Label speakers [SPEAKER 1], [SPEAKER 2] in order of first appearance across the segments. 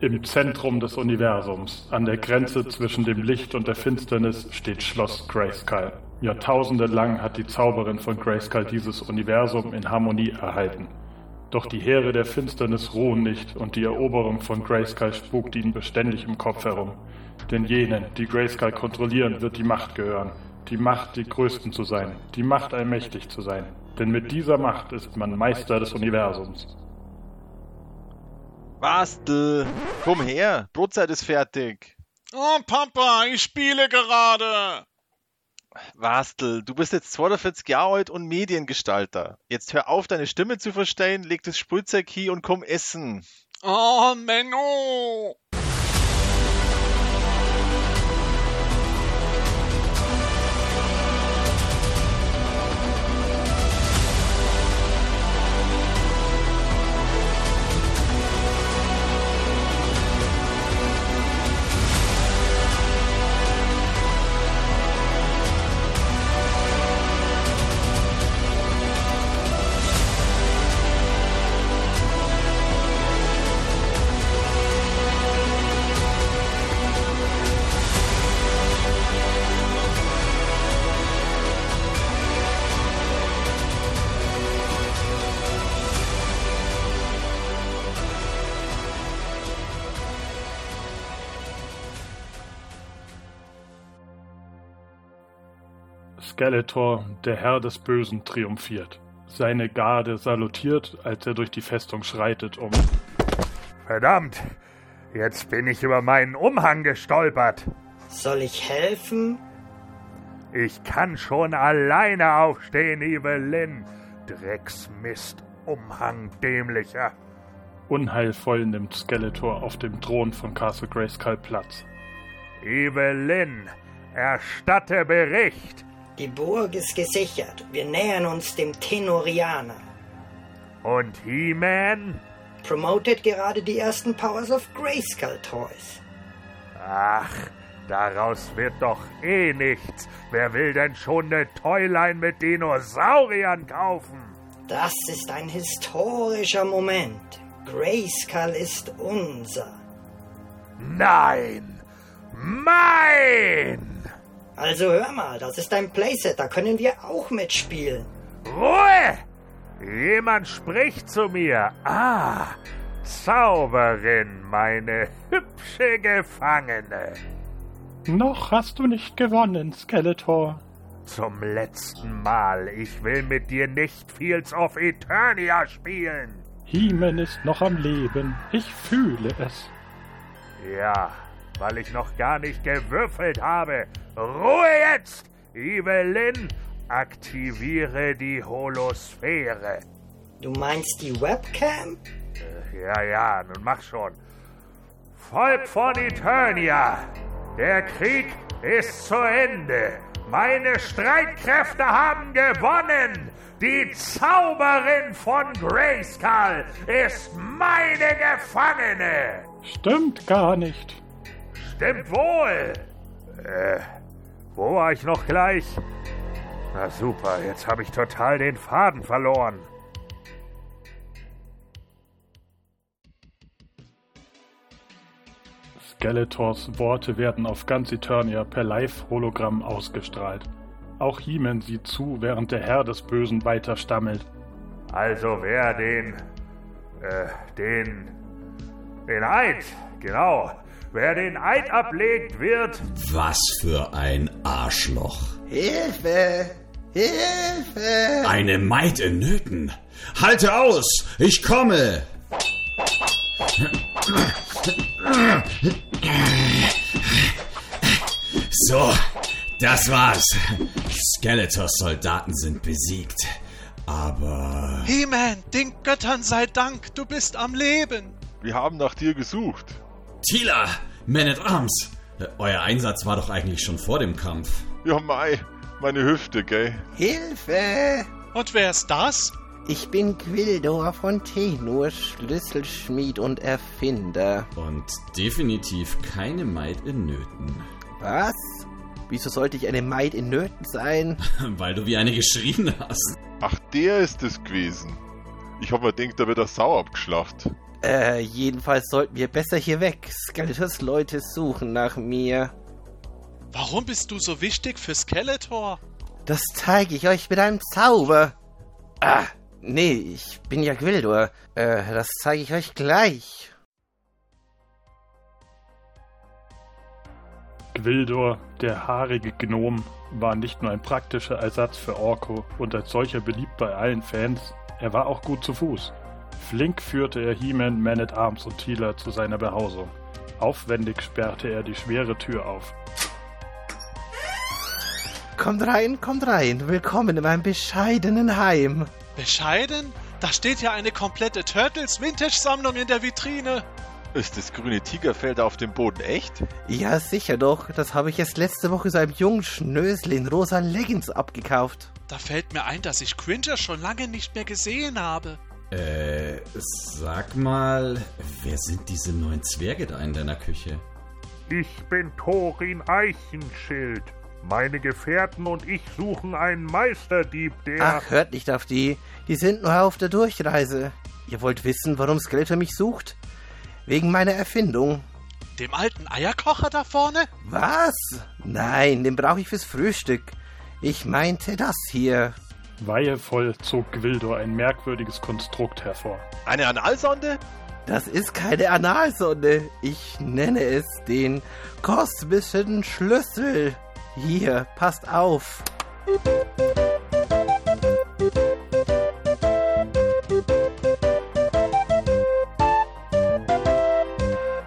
[SPEAKER 1] Im Zentrum des Universums, an der Grenze zwischen dem Licht und der Finsternis, steht Schloss Grayskull. Jahrtausende lang hat die Zauberin von Grayskull dieses Universum in Harmonie erhalten. Doch die Heere der Finsternis ruhen nicht und die Eroberung von Grayskull spukt ihnen beständig im Kopf herum. Denn jenen, die Grayskull kontrollieren, wird die Macht gehören. Die Macht, die Größten zu sein. Die Macht, allmächtig zu sein. Denn mit dieser Macht ist man Meister des Universums.
[SPEAKER 2] Bastel, komm her, Brotzeit ist fertig.
[SPEAKER 3] Oh, Papa, ich spiele gerade.
[SPEAKER 2] Bastel, du bist jetzt 42 Jahre alt und Mediengestalter. Jetzt hör auf, deine Stimme zu verstellen, leg das Spulzeug hin und komm essen.
[SPEAKER 3] Oh, Menno.
[SPEAKER 1] Skeletor, der Herr des Bösen, triumphiert. Seine Garde salutiert, als er durch die Festung schreitet, um.
[SPEAKER 4] Verdammt! Jetzt bin ich über meinen Umhang gestolpert.
[SPEAKER 5] Soll ich helfen?
[SPEAKER 4] Ich kann schon alleine aufstehen, Evelyn. Drecksmist, Umhang, dämlicher.
[SPEAKER 1] Unheilvoll nimmt Skeletor auf dem Thron von Castle Grayskull Platz.
[SPEAKER 4] Evelyn, erstatte Bericht.
[SPEAKER 5] Die Burg ist gesichert. Wir nähern uns dem Tenorianer.
[SPEAKER 4] Und He-Man?
[SPEAKER 5] Promotet gerade die ersten Powers of Grayskull Toys.
[SPEAKER 4] Ach, daraus wird doch eh nichts. Wer will denn schon eine Toyline mit Dinosauriern kaufen?
[SPEAKER 5] Das ist ein historischer Moment. Grayskull ist unser.
[SPEAKER 4] Nein! Mein!
[SPEAKER 5] Also hör mal, das ist ein Playset, da können wir auch mitspielen.
[SPEAKER 4] Ruhe! Jemand spricht zu mir. Ah, Zauberin, meine hübsche Gefangene.
[SPEAKER 1] Noch hast du nicht gewonnen, Skeletor.
[SPEAKER 4] Zum letzten Mal. Ich will mit dir nicht Fields of Eternia spielen.
[SPEAKER 1] He-Man ist noch am Leben. Ich fühle es.
[SPEAKER 4] Ja, weil ich noch gar nicht gewürfelt habe. Ruhe jetzt! Evelyn, aktiviere die Holosphäre.
[SPEAKER 5] Du meinst die Webcam?
[SPEAKER 4] Äh, Ja, ja, nun mach schon. Volk von Eternia! Der Krieg ist zu Ende! Meine Streitkräfte haben gewonnen! Die Zauberin von Grayskull ist meine Gefangene!
[SPEAKER 1] Stimmt gar nicht.
[SPEAKER 4] Stimmt wohl! Äh, wo war ich noch gleich? Na super, jetzt habe ich total den Faden verloren.
[SPEAKER 1] Skeletors Worte werden auf ganz Eternia per Live-Hologramm ausgestrahlt. Auch He-Man sieht zu, während der Herr des Bösen weiter stammelt.
[SPEAKER 4] Also wer den, äh, den, den Eid, genau. Wer den Eid ablegt, wird
[SPEAKER 6] Was für ein Arschloch.
[SPEAKER 7] Hilfe! Hilfe!
[SPEAKER 6] Eine Maid in Nöten. Halte aus, ich komme. So, das war's. Skeletors Soldaten sind besiegt. Aber
[SPEAKER 3] He-Man, den Göttern sei Dank, du bist am Leben.
[SPEAKER 2] Wir haben nach dir gesucht.
[SPEAKER 6] Tila, Man at Arms, euer Einsatz war doch eigentlich schon vor dem Kampf.
[SPEAKER 2] Ja, Mai, meine Hüfte, gell?
[SPEAKER 7] Hilfe!
[SPEAKER 3] Und wer ist das?
[SPEAKER 7] Ich bin Gwildor von Tenur, Schlüsselschmied und Erfinder.
[SPEAKER 6] Und definitiv keine Maid in Nöten.
[SPEAKER 7] Was? Wieso sollte ich eine Maid in Nöten sein?
[SPEAKER 6] Weil du wie eine geschrien hast.
[SPEAKER 2] Ach, der ist es gewesen. Ich hab mir gedacht, da wird er sau abgeschlacht.
[SPEAKER 7] Äh, jedenfalls sollten wir besser hier weg. Skeletors Leute suchen nach mir.
[SPEAKER 3] Warum bist du so wichtig für Skeletor?
[SPEAKER 7] Das zeige ich euch mit einem Zauber. Ah, nee, ich bin ja Gwildor. Äh, das zeige ich euch gleich.
[SPEAKER 1] Gwildor, der haarige Gnom, war nicht nur ein praktischer Ersatz für Orko und als solcher beliebt bei allen Fans, er war auch gut zu Fuß. Flink führte er He-Man, Man-at-Arms und Teela zu seiner Behausung. Aufwendig sperrte er die schwere Tür auf.
[SPEAKER 7] Kommt rein, kommt rein. Willkommen in meinem bescheidenen Heim.
[SPEAKER 3] Bescheiden? Da steht ja eine komplette Turtles Vintage Sammlung in der Vitrine.
[SPEAKER 2] Ist das grüne Tigerfell da auf dem Boden echt?
[SPEAKER 7] Ja, sicher doch. Das habe ich erst letzte Woche so einem jungen Schnösel in rosa Leggings abgekauft.
[SPEAKER 3] Da fällt mir ein, dass ich Quinter schon lange nicht mehr gesehen habe.
[SPEAKER 6] Äh, sag mal, wer sind diese neuen Zwerge da in deiner Küche?
[SPEAKER 4] Ich bin Thorin Eichenschild. Meine Gefährten und ich suchen einen Meisterdieb, der.
[SPEAKER 7] Ach, hört nicht auf die. Die sind nur auf der Durchreise. Ihr wollt wissen, warum Skeletor mich sucht? Wegen meiner Erfindung.
[SPEAKER 3] Dem alten Eierkocher da vorne?
[SPEAKER 7] Was? Nein, den brauche ich fürs Frühstück. Ich meinte das hier.
[SPEAKER 1] Weihevoll zog Gwildor ein merkwürdiges Konstrukt hervor.
[SPEAKER 2] Eine Analsonde?
[SPEAKER 7] Das ist keine Analsonde. Ich nenne es den kosmischen Schlüssel. Hier, passt auf.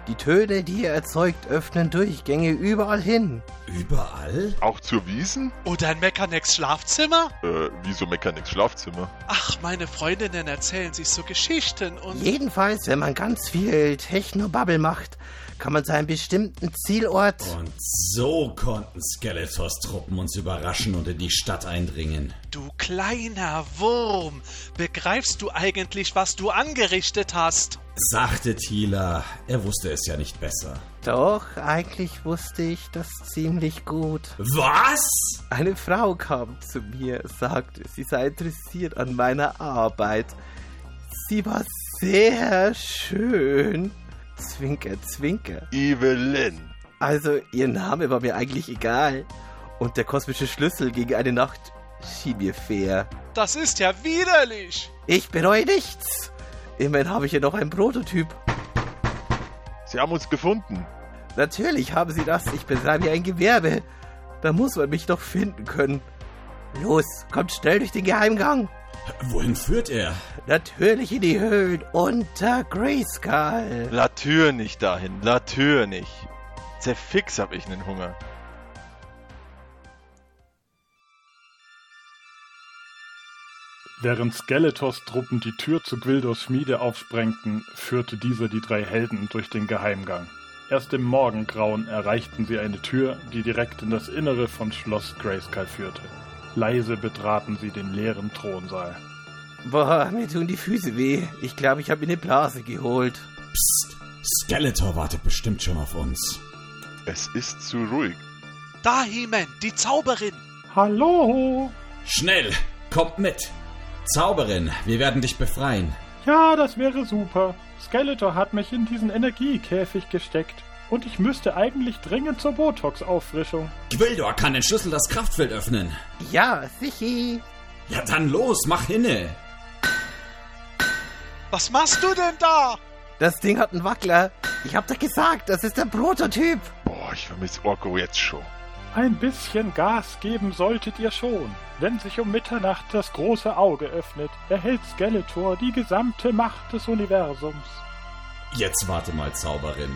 [SPEAKER 7] Die Töne, die er erzeugt, öffnen Durchgänge überall hin.
[SPEAKER 6] Überall?
[SPEAKER 8] Auch zur Wiesen?
[SPEAKER 3] Oder in Mechanex Schlafzimmer?
[SPEAKER 8] Äh, wieso Mechanics Schlafzimmer?
[SPEAKER 3] Ach, meine Freundinnen erzählen sich so Geschichten und.
[SPEAKER 7] Jedenfalls, wenn man ganz viel Technobubble macht, kann man zu einem bestimmten Zielort.
[SPEAKER 6] Und so konnten Skeletors Truppen uns überraschen und in die Stadt eindringen.
[SPEAKER 3] Du kleiner Wurm, begreifst du eigentlich, was du angerichtet hast?
[SPEAKER 6] Sachte Tila, er wusste es ja nicht besser.
[SPEAKER 7] Doch, eigentlich wusste ich das ziemlich gut.
[SPEAKER 6] Was?
[SPEAKER 7] Eine Frau kam zu mir, sagte, sie sei interessiert an meiner Arbeit. Sie war sehr schön. Zwinker, zwinker.
[SPEAKER 8] Evelyn.
[SPEAKER 7] Also, ihr Name war mir eigentlich egal. Und der kosmische Schlüssel gegen eine Nacht schien mir fair.
[SPEAKER 3] Das ist ja widerlich!
[SPEAKER 7] Ich bereue nichts. Immerhin habe ich hier noch einen Prototyp.
[SPEAKER 8] Sie haben uns gefunden.
[SPEAKER 7] Natürlich haben sie das. Ich betreibe hier ein Gewerbe. Da muss man mich doch finden können. Los, kommt schnell durch den Geheimgang.
[SPEAKER 6] Wohin führt er?
[SPEAKER 7] Natürlich in die Höhlen unter Grayskull.
[SPEAKER 2] Latür nicht dahin, Latür nicht. Zerfix hab ich nen Hunger.
[SPEAKER 1] Während Skeletors Truppen die Tür zu Gwildors Schmiede aufsprengten, führte dieser die drei Helden durch den Geheimgang. Erst im Morgengrauen erreichten sie eine Tür, die direkt in das Innere von Schloss Grayskull führte. Leise betraten sie den leeren Thronsaal.
[SPEAKER 7] Boah, mir tun die Füße weh. Ich glaube, ich habe mir eine Blase geholt.
[SPEAKER 6] Psst, Skeletor wartet bestimmt schon auf uns.
[SPEAKER 8] Es ist zu ruhig.
[SPEAKER 3] Da, He-Man, die Zauberin!
[SPEAKER 1] Hallo?
[SPEAKER 6] Schnell, kommt mit! Zauberin, wir werden dich befreien.
[SPEAKER 1] Ja, das wäre super. Skeletor hat mich in diesen Energiekäfig gesteckt. Und ich müsste eigentlich dringend zur Botox-Auffrischung.
[SPEAKER 6] Gwildor kann den Schlüssel das Kraftfeld öffnen.
[SPEAKER 7] Ja, sichi.
[SPEAKER 6] Ja, dann los, mach hinne.
[SPEAKER 3] Was machst du denn da?
[SPEAKER 7] Das Ding hat einen Wackler. Ich hab doch gesagt, das ist der Prototyp.
[SPEAKER 8] Boah, ich vermisse Orko jetzt schon.
[SPEAKER 1] Ein bisschen Gas geben solltet ihr schon. Wenn sich um Mitternacht das große Auge öffnet, erhält Skeletor die gesamte Macht des Universums.
[SPEAKER 6] Jetzt warte mal, Zauberin.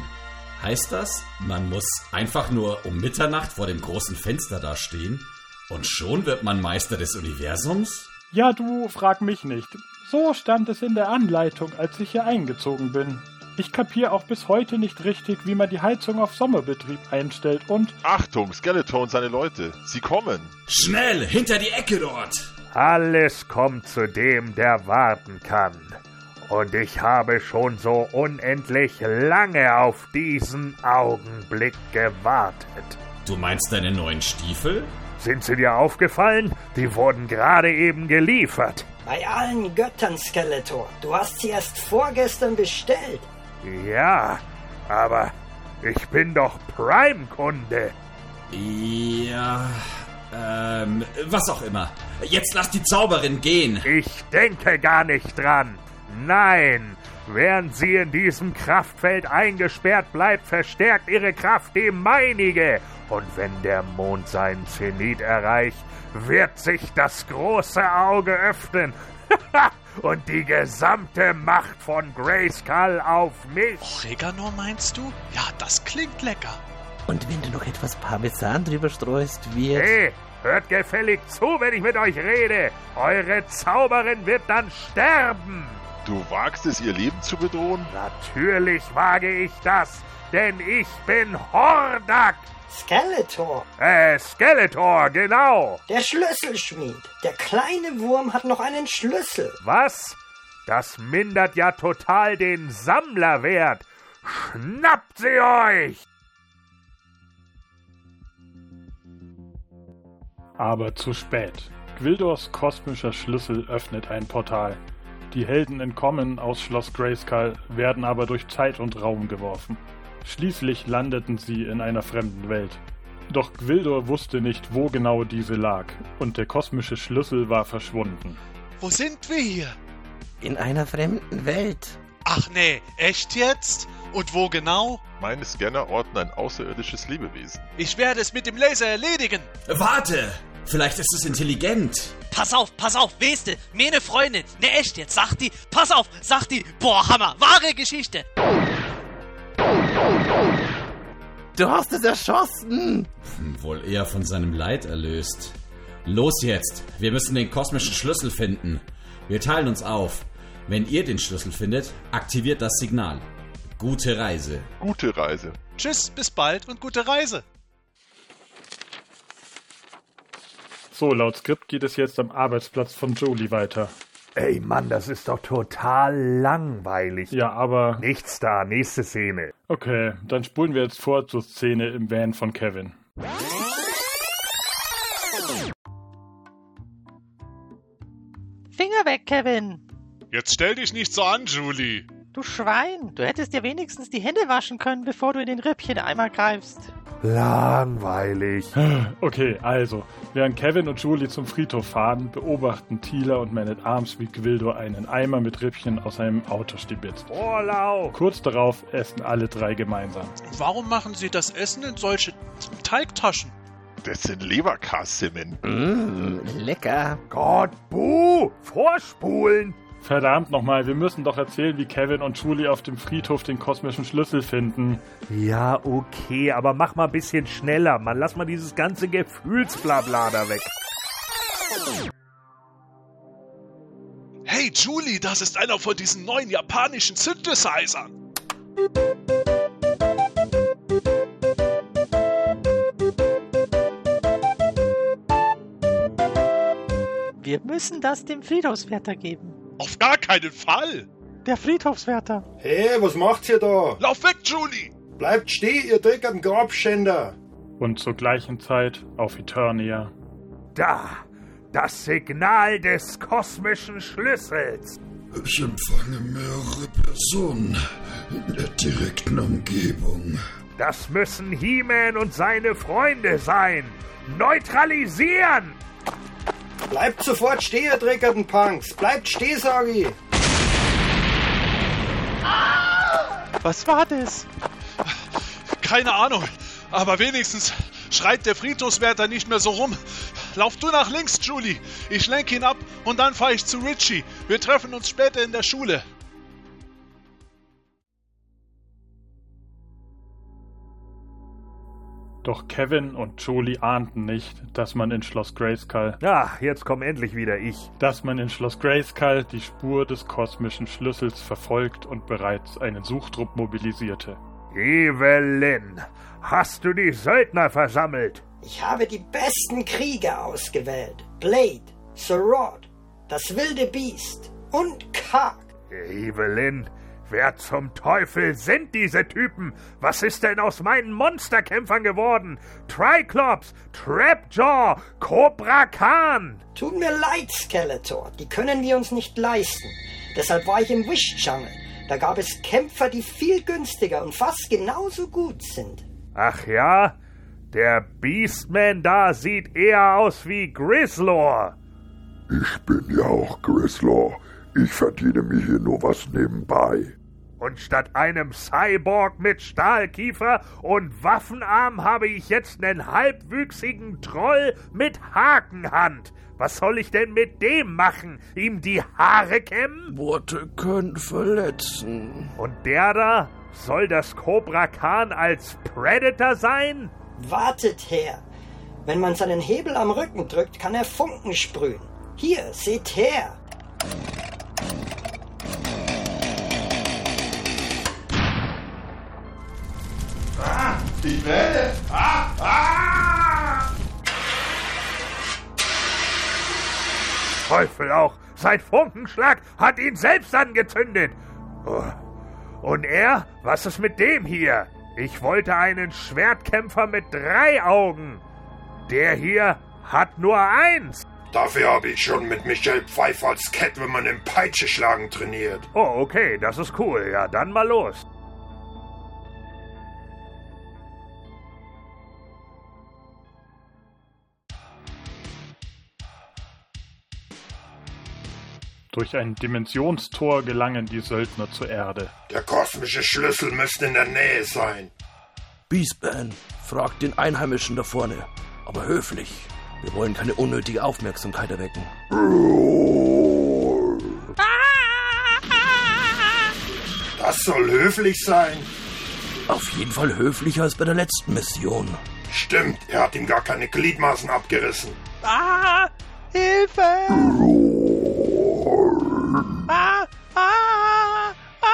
[SPEAKER 6] Heißt das, man muss einfach nur um Mitternacht vor dem großen Fenster dastehen und schon wird man Meister des Universums?
[SPEAKER 1] Ja, du frag mich nicht. So stand es in der Anleitung, als ich hier eingezogen bin. Ich kapier auch bis heute nicht richtig, wie man die Heizung auf Sommerbetrieb einstellt und
[SPEAKER 8] Achtung, Skeletor und seine Leute. Sie kommen.
[SPEAKER 6] Schnell, hinter die Ecke dort!
[SPEAKER 4] Alles kommt zu dem, der warten kann. Und ich habe schon so unendlich lange auf diesen Augenblick gewartet.
[SPEAKER 6] Du meinst deine neuen Stiefel?
[SPEAKER 4] Sind sie dir aufgefallen? Die wurden gerade eben geliefert.
[SPEAKER 5] Bei allen Göttern, Skeletor. Du hast sie erst vorgestern bestellt.
[SPEAKER 4] Ja, aber ich bin doch Prime-Kunde.
[SPEAKER 6] Ja. Ähm, was auch immer. Jetzt lass die Zauberin gehen.
[SPEAKER 4] Ich denke gar nicht dran. Nein, während sie in diesem Kraftfeld eingesperrt bleibt, verstärkt ihre Kraft die meinige. Und wenn der Mond seinen Zenit erreicht, wird sich das große Auge öffnen. Und die gesamte Macht von Grayskull auf mich.
[SPEAKER 3] Oregano meinst du? Ja, das klingt lecker.
[SPEAKER 7] Und wenn du noch etwas Parmesan drüber streust, wird.
[SPEAKER 4] Hey, hört gefällig zu, wenn ich mit euch rede. Eure Zauberin wird dann sterben.
[SPEAKER 8] Du wagst es, ihr Leben zu bedrohen?
[SPEAKER 4] Natürlich wage ich das, denn ich bin Hordak.
[SPEAKER 5] Skeletor,
[SPEAKER 4] Äh, Skeletor, genau.
[SPEAKER 5] der Schlüsselschmied. Der kleine Wurm hat noch einen Schlüssel.
[SPEAKER 4] Was? Das mindert ja total den Sammlerwert. Schnappt sie euch!
[SPEAKER 1] Aber zu spät. Gwildors kosmischer Schlüssel öffnet ein Portal. Die Helden entkommen aus Schloss Grayskull, werden aber durch Zeit und Raum geworfen. Schließlich landeten sie in einer fremden Welt. Doch Gwildor wusste nicht, wo genau diese lag, und der kosmische Schlüssel war verschwunden.
[SPEAKER 3] Wo sind wir hier?
[SPEAKER 7] In einer fremden Welt.
[SPEAKER 3] Ach nee, echt jetzt? Und wo genau?
[SPEAKER 8] Meine Scanner orten ein außerirdisches Lebewesen.
[SPEAKER 3] Ich werde es mit dem Laser erledigen.
[SPEAKER 6] Warte! Vielleicht ist es intelligent.
[SPEAKER 9] Pass auf, pass auf, weste, meine Freundin, ne echt jetzt, sagt die, pass auf, sagt die, boah, Hammer, wahre Geschichte.
[SPEAKER 7] Du hast es erschossen!
[SPEAKER 6] Hm, Wohl eher von seinem Leid erlöst. Los jetzt! Wir müssen den kosmischen Schlüssel finden. Wir teilen uns auf. Wenn ihr den Schlüssel findet, aktiviert das Signal. Gute Reise.
[SPEAKER 8] Gute Reise.
[SPEAKER 3] Tschüss, bis bald und gute Reise.
[SPEAKER 1] So, laut Skript geht es jetzt am Arbeitsplatz von Jolie weiter.
[SPEAKER 4] Ey Mann, das ist doch total langweilig.
[SPEAKER 1] Ja, aber.
[SPEAKER 4] Nichts da, nächste Szene.
[SPEAKER 1] Okay, dann spulen wir jetzt vor zur Szene im Van von Kevin.
[SPEAKER 10] Finger weg, Kevin!
[SPEAKER 11] Jetzt stell dich nicht so an, Julie.
[SPEAKER 10] Du Schwein! Du hättest dir wenigstens die Hände waschen können, bevor du in den Rippcheneimer greifst.
[SPEAKER 4] Langweilig.
[SPEAKER 1] Okay, also, während Kevin und Julie zum Friedhof fahren, beobachten Thieler und Man at Arms, wie Gwildo einen Eimer mit Rippchen aus einem Auto stibitzt.
[SPEAKER 4] Vorlauf!
[SPEAKER 1] Kurz darauf essen alle drei gemeinsam.
[SPEAKER 3] Warum machen Sie das Essen in solche Teigtaschen?
[SPEAKER 8] Das sind Leberkassimmen.
[SPEAKER 7] Mmm, lecker.
[SPEAKER 4] Gott, buh! Vorspulen!
[SPEAKER 1] Verdammt nochmal, wir müssen doch erzählen, wie Kevin und Julie auf dem Friedhof den kosmischen Schlüssel finden.
[SPEAKER 4] Ja, okay, aber mach mal ein bisschen schneller, Mann. Lass mal dieses ganze Gefühlsblabla da weg.
[SPEAKER 11] Hey, Julie, das ist einer von diesen neuen japanischen Synthesizern.
[SPEAKER 10] Wir müssen das dem Friedhofswärter geben.
[SPEAKER 11] Auf gar keinen Fall.
[SPEAKER 10] Der Friedhofswärter.
[SPEAKER 12] Hey, was macht's ihr da?
[SPEAKER 11] Lauf weg, Julie.
[SPEAKER 12] Bleibt stehen, ihr dreckigen Grabschänder!
[SPEAKER 1] Und zur gleichen Zeit auf Eternia.
[SPEAKER 4] Da! Das Signal des kosmischen Schlüssels!
[SPEAKER 13] Ich empfange mehrere Personen in der direkten Umgebung.
[SPEAKER 4] Das müssen He-Man und seine Freunde sein! Neutralisieren!
[SPEAKER 5] Bleibt sofort stehen, ihr dreckerten Punks. Bleibt stehen, sag ich.
[SPEAKER 3] Was war das?
[SPEAKER 11] Keine Ahnung. Aber wenigstens schreit der Friedhofswärter nicht mehr so rum. Lauf du nach links, Julie. Ich lenke ihn ab und dann fahre ich zu Richie. Wir treffen uns später in der Schule.
[SPEAKER 1] Doch Kevin und Jolie ahnten nicht, dass man in Schloss Grayskull,
[SPEAKER 4] Ach, jetzt komm endlich wieder ich.
[SPEAKER 1] dass man in Schloss Grayskull die Spur des kosmischen Schlüssels verfolgt und bereits einen Suchtrupp mobilisierte.
[SPEAKER 4] Evelyn, hast du die Söldner versammelt?
[SPEAKER 5] Ich habe die besten Krieger ausgewählt. Blade, Sorod, das wilde Biest und Karg.
[SPEAKER 4] Evelyn, Wer zum Teufel sind diese Typen? Was ist denn aus meinen Monsterkämpfern geworden? Triclops, Trapjaw, Cobra Khan!
[SPEAKER 5] Tut mir leid, Skeletor, die können wir uns nicht leisten. Deshalb war ich im Wish Jungle. Da gab es Kämpfer, die viel günstiger und fast genauso gut sind.
[SPEAKER 4] Ach ja? Der Beastman da sieht eher aus wie Grislor.
[SPEAKER 14] Ich bin ja auch Grislaw. Ich verdiene mir hier nur was nebenbei.
[SPEAKER 4] Und statt einem Cyborg mit Stahlkiefer und Waffenarm habe ich jetzt einen halbwüchsigen Troll mit Hakenhand. Was soll ich denn mit dem machen? Ihm die Haare kämmen?
[SPEAKER 15] Worte können verletzen.
[SPEAKER 4] Und der da? Soll das Cobra Khan als Predator sein?
[SPEAKER 5] Wartet her. Wenn man seinen Hebel am Rücken drückt, kann er Funken sprühen. Hier, seht her.
[SPEAKER 8] Ah, die Welle! Ah, ah!
[SPEAKER 4] Teufel auch! Sein Funkenschlag hat ihn selbst angezündet! Oh. Und er? Was ist mit dem hier? Ich wollte einen Schwertkämpfer mit drei Augen. Der hier hat nur eins.
[SPEAKER 12] Dafür habe ich schon mit Michelle Pfeiffer als Catwoman im Peitscheschlagen trainiert.
[SPEAKER 4] Oh, okay, das ist cool. Ja, dann mal los.
[SPEAKER 1] Durch ein Dimensionstor gelangen die Söldner zur Erde.
[SPEAKER 12] Der kosmische Schlüssel müsste in der Nähe sein.
[SPEAKER 15] Beastman, frag den Einheimischen da vorne. Aber höflich. Wir wollen keine unnötige Aufmerksamkeit erwecken.
[SPEAKER 12] Das soll höflich sein.
[SPEAKER 15] Auf jeden Fall höflicher als bei der letzten Mission.
[SPEAKER 12] Stimmt, er hat ihm gar keine Gliedmaßen abgerissen.
[SPEAKER 10] Ah! Hilfe! Ah, ah, ah.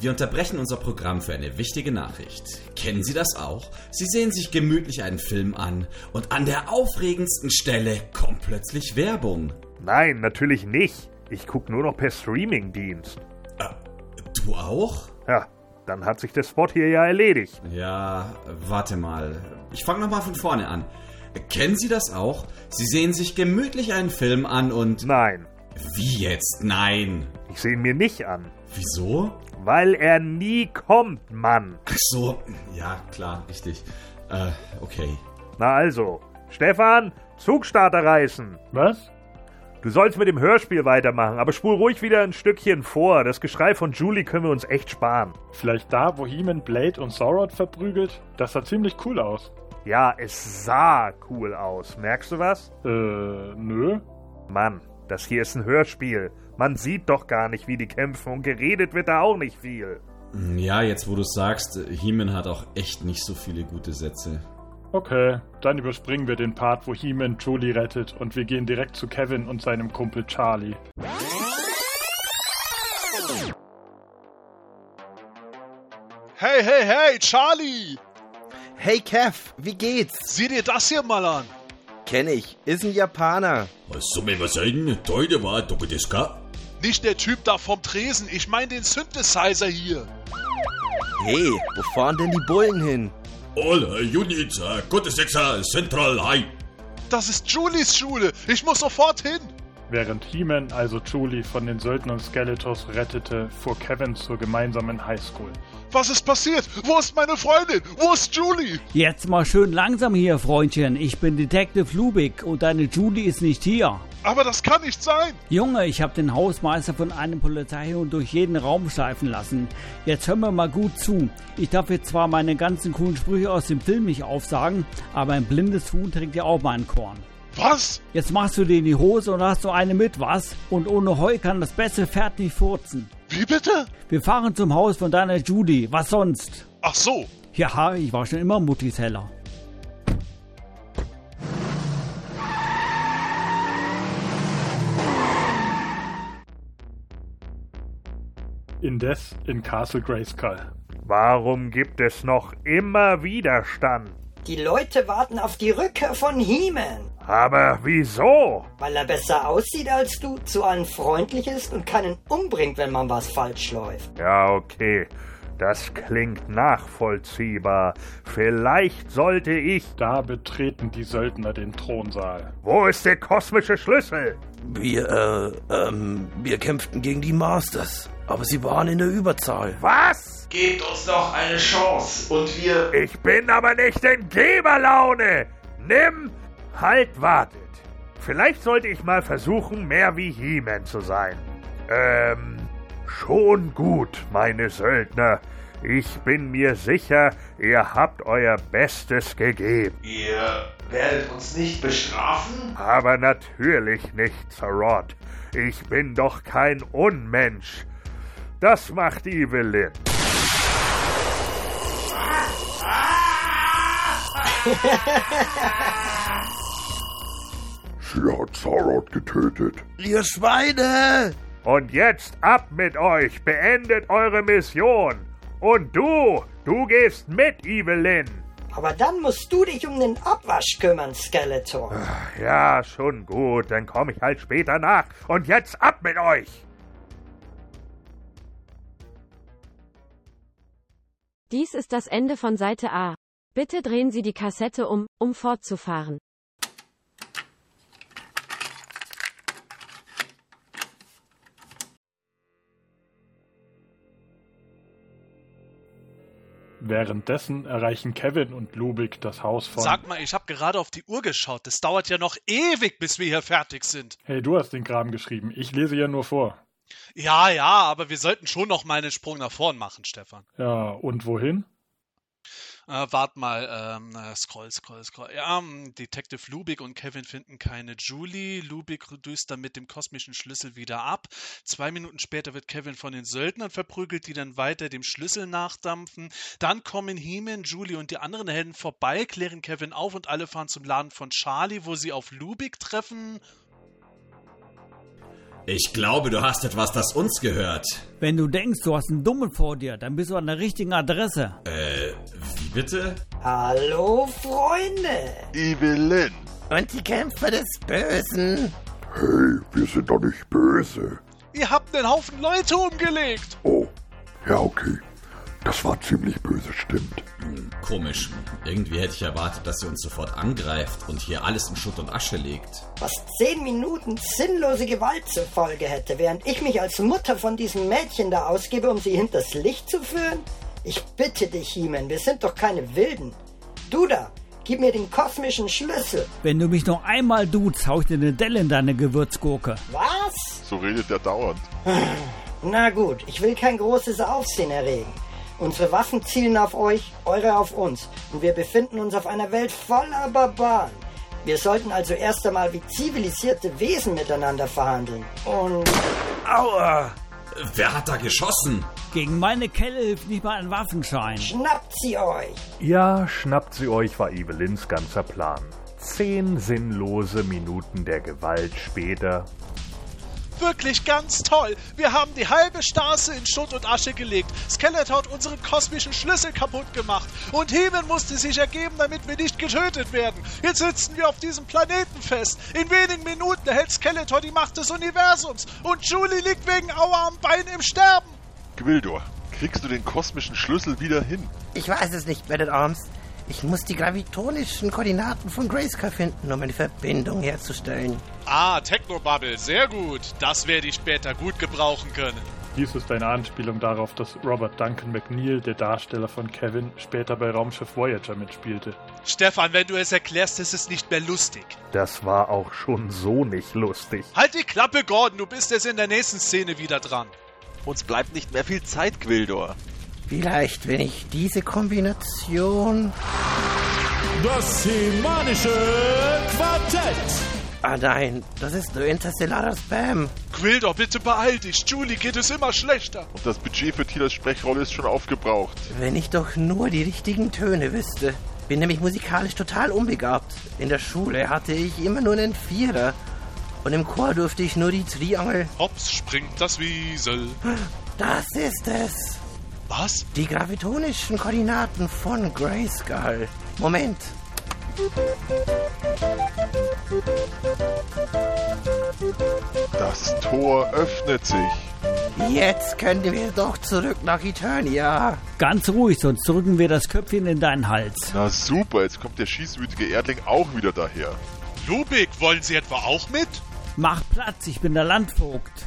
[SPEAKER 6] Wir unterbrechen unser Programm für eine wichtige Nachricht. Kennen Sie das auch? Sie sehen sich gemütlich einen Film an und an der aufregendsten Stelle kommt plötzlich Werbung.
[SPEAKER 4] Nein, natürlich nicht. Ich gucke nur noch per Streamingdienst.
[SPEAKER 6] Du auch?
[SPEAKER 4] Ja, dann hat sich der Spot hier ja erledigt.
[SPEAKER 6] Ja, warte mal. Ich fange nochmal von vorne an. Kennen Sie das auch? Sie sehen sich gemütlich einen Film an und.
[SPEAKER 4] Nein.
[SPEAKER 6] Wie jetzt? Nein.
[SPEAKER 4] Ich sehe ihn mir nicht an.
[SPEAKER 6] Wieso?
[SPEAKER 4] Weil er nie kommt, Mann.
[SPEAKER 6] Ach so, ja, klar, richtig. Äh, okay.
[SPEAKER 4] Na also, Stefan, Zugstarter reißen.
[SPEAKER 1] Was?
[SPEAKER 4] Du sollst mit dem Hörspiel weitermachen, aber spul ruhig wieder ein Stückchen vor. Das Geschrei von Julie können wir uns echt sparen.
[SPEAKER 1] Vielleicht da, wo Heeman Blade und Sorod verprügelt? Das sah ziemlich cool aus.
[SPEAKER 4] Ja, es sah cool aus. Merkst du was?
[SPEAKER 1] Äh, nö.
[SPEAKER 4] Mann, das hier ist ein Hörspiel. Man sieht doch gar nicht, wie die kämpfen und geredet wird da auch nicht viel.
[SPEAKER 6] Ja, jetzt wo du sagst, Heeman hat auch echt nicht so viele gute Sätze.
[SPEAKER 1] Okay, dann überspringen wir den Part, wo Heeman Julie rettet und wir gehen direkt zu Kevin und seinem Kumpel Charlie.
[SPEAKER 11] Hey, hey, hey, Charlie!
[SPEAKER 7] Hey Kev, wie geht's?
[SPEAKER 11] Sieh dir das hier mal an.
[SPEAKER 7] Kenn ich, ist ein Japaner.
[SPEAKER 16] Also, mir was sagen? Heute war Dokodeska?
[SPEAKER 11] Nicht der Typ da vom Tresen, ich meine den Synthesizer hier.
[SPEAKER 7] Hey, wo fahren denn die Bullen hin?
[SPEAKER 16] All Units,
[SPEAKER 6] äh,
[SPEAKER 16] Gute Sechser, Central High.
[SPEAKER 11] Das ist Julies Schule, ich muss sofort hin.
[SPEAKER 1] Während He-Man, also Julie, von den Söldnern Skeletors rettete, fuhr Kevin zur gemeinsamen Highschool.
[SPEAKER 11] Was ist passiert? Wo ist meine Freundin? Wo ist Julie?
[SPEAKER 17] Jetzt mal schön langsam hier, Freundchen. Ich bin Detective Lubig und deine Julie ist nicht hier.
[SPEAKER 11] Aber das kann nicht sein.
[SPEAKER 17] Junge, ich habe den Hausmeister von einem Polizeihund durch jeden Raum schleifen lassen. Jetzt hör mir mal gut zu. Ich darf jetzt zwar meine ganzen coolen Sprüche aus dem Film nicht aufsagen, aber ein blindes Huhn trinkt ja auch mal ein Korn.
[SPEAKER 11] Was?
[SPEAKER 17] Jetzt machst du dir in die Hose und hast so eine mit, was? Und ohne Heu kann das beste Pferd nicht furzen.
[SPEAKER 11] Wie bitte?
[SPEAKER 17] Wir fahren zum Haus von deiner Judy. Was sonst?
[SPEAKER 11] Ach so.
[SPEAKER 17] Ja, ich war schon immer Muttis Heller.
[SPEAKER 1] Indes in Castle Grayskull.
[SPEAKER 4] Warum gibt es noch immer Widerstand?
[SPEAKER 5] Die Leute warten auf die Rückkehr von He-Man.
[SPEAKER 4] Aber wieso?
[SPEAKER 5] Weil er besser aussieht als du, zu allen freundlich ist und keinen umbringt, wenn man was falsch läuft.
[SPEAKER 4] Ja, okay. Das klingt nachvollziehbar. Vielleicht sollte ich.
[SPEAKER 1] Da betreten die Söldner den Thronsaal.
[SPEAKER 4] Wo ist der kosmische Schlüssel?
[SPEAKER 15] Wir, äh, ähm, wir kämpften gegen die Masters. Aber sie waren in der Überzahl.
[SPEAKER 4] Was?
[SPEAKER 8] Gebt uns noch eine Chance und wir.
[SPEAKER 4] Ich bin aber nicht in Geberlaune! Nimm! Halt, wartet. Vielleicht sollte ich mal versuchen, mehr wie He-Man zu sein. Ähm, schon gut, meine Söldner. Ich bin mir sicher, ihr habt euer Bestes gegeben.
[SPEAKER 8] Ihr werdet uns nicht bestrafen?
[SPEAKER 4] Aber natürlich nicht, Zarod. Ich bin doch kein Unmensch. Das macht Evelyn.
[SPEAKER 14] Sie hat Zarot getötet.
[SPEAKER 15] Ihr Schweine!
[SPEAKER 4] Und jetzt ab mit euch, beendet eure Mission. Und du, du gehst mit, Evelyn.
[SPEAKER 5] Aber dann musst du dich um den Abwasch kümmern, Skeletor.
[SPEAKER 4] Ja, schon gut, dann komme ich halt später nach. Und jetzt ab mit euch.
[SPEAKER 18] Dies ist das Ende von Seite A. Bitte drehen Sie die Kassette um, um fortzufahren.
[SPEAKER 1] Währenddessen erreichen Kevin und Lubik das Haus von.
[SPEAKER 3] Sag mal, ich habe gerade auf die Uhr geschaut. Das dauert ja noch ewig, bis wir hier fertig sind.
[SPEAKER 1] Hey, du hast den Kram geschrieben. Ich lese ja nur vor.
[SPEAKER 3] Ja, ja, aber wir sollten schon noch mal einen Sprung nach vorn machen, Stefan.
[SPEAKER 1] Ja, und wohin?
[SPEAKER 3] Äh, wart mal, ähm, äh, scroll, scroll, scroll. Ja, ähm, Detective Lubik und Kevin finden keine Julie. Lubik düst dann mit dem kosmischen Schlüssel wieder ab. Zwei Minuten später wird Kevin von den Söldnern verprügelt, die dann weiter dem Schlüssel nachdampfen. Dann kommen Heeman, Julie und die anderen Helden vorbei, klären Kevin auf und alle fahren zum Laden von Charlie, wo sie auf Lubik treffen.
[SPEAKER 6] Ich glaube, du hast etwas, das uns gehört.
[SPEAKER 17] Wenn du denkst, du hast einen Dummen vor dir, dann bist du an der richtigen Adresse.
[SPEAKER 6] Äh, wie bitte?
[SPEAKER 5] Hallo, Freunde!
[SPEAKER 2] Evelyn!
[SPEAKER 10] Und die Kämpfer des Bösen!
[SPEAKER 14] Hey, wir sind doch nicht böse.
[SPEAKER 3] Ihr habt einen Haufen Leute umgelegt!
[SPEAKER 14] Oh, ja, okay. Das war ziemlich böse, stimmt.
[SPEAKER 6] Hm, komisch. Irgendwie hätte ich erwartet, dass ihr uns sofort angreift und hier alles in Schutt und Asche legt.
[SPEAKER 5] Was zehn Minuten sinnlose Gewalt zur Folge hätte, während ich mich als Mutter von diesem Mädchen da ausgebe, um sie hinters Licht zu führen? Ich bitte dich, Heeman, wir sind doch keine Wilden. Du da, gib mir den kosmischen Schlüssel.
[SPEAKER 17] Wenn du mich noch einmal duzt, hau ich dir eine Delle in deine Gewürzgurke.
[SPEAKER 5] Was?
[SPEAKER 8] So redet er dauernd.
[SPEAKER 5] Na gut, ich will kein großes Aufsehen erregen. Unsere Waffen zielen auf euch, eure auf uns. Und wir befinden uns auf einer Welt voller Barbaren. Wir sollten also erst einmal wie zivilisierte Wesen miteinander verhandeln. Und.
[SPEAKER 6] Aua! Wer hat da geschossen?
[SPEAKER 17] Gegen meine Kelle hilft nicht mal ein Waffenschein.
[SPEAKER 5] Schnappt sie euch!
[SPEAKER 4] Ja, schnappt sie euch war Evelyns ganzer Plan. Zehn sinnlose Minuten der Gewalt später
[SPEAKER 3] wirklich ganz toll. Wir haben die halbe Straße in Schutt und Asche gelegt. Skeletor hat unseren kosmischen Schlüssel kaputt gemacht. Und Hemen musste sich ergeben, damit wir nicht getötet werden. Jetzt sitzen wir auf diesem Planeten fest. In wenigen Minuten erhält Skeletor die Macht des Universums. Und Julie liegt wegen Aua am Bein im Sterben.
[SPEAKER 8] Gwildor, kriegst du den kosmischen Schlüssel wieder hin?
[SPEAKER 10] Ich weiß es nicht, Bennett Arms. Ich muss die gravitonischen Koordinaten von Grayscale finden, um eine Verbindung herzustellen.
[SPEAKER 3] Ah, Technobubble, sehr gut. Das werde ich später gut gebrauchen können.
[SPEAKER 1] Dies ist eine Anspielung darauf, dass Robert Duncan McNeil, der Darsteller von Kevin, später bei Raumschiff Voyager mitspielte.
[SPEAKER 3] Stefan, wenn du es erklärst, ist es nicht mehr lustig.
[SPEAKER 4] Das war auch schon so nicht lustig.
[SPEAKER 3] Halt die Klappe, Gordon, du bist jetzt in der nächsten Szene wieder dran.
[SPEAKER 2] Uns bleibt nicht mehr viel Zeit, Gwildor.
[SPEAKER 10] Vielleicht, wenn ich diese Kombination.
[SPEAKER 19] Das semanische Quartett!
[SPEAKER 10] Ah nein, das ist nur interstellarer Spam.
[SPEAKER 3] Quildor, bitte beeil dich. Julie geht es immer schlechter.
[SPEAKER 8] Und das Budget für Tilas Sprechrolle ist schon aufgebraucht.
[SPEAKER 10] Wenn ich doch nur die richtigen Töne wüsste. Bin nämlich musikalisch total unbegabt. In der Schule hatte ich immer nur einen Vierer. Und im Chor durfte ich nur die Triangel.
[SPEAKER 11] Hops springt das Wiesel.
[SPEAKER 10] Das ist es.
[SPEAKER 3] Was?
[SPEAKER 10] Die gravitonischen Koordinaten von Grayskull. Moment.
[SPEAKER 8] Das Tor öffnet sich.
[SPEAKER 10] Jetzt können wir doch zurück nach Eternia.
[SPEAKER 17] Ganz ruhig, sonst drücken wir das Köpfchen in deinen Hals.
[SPEAKER 8] Na super, jetzt kommt der schießwütige Erdling auch wieder daher.
[SPEAKER 11] Lubik, wollen Sie etwa auch mit?
[SPEAKER 17] Mach Platz, ich bin der Landvogt.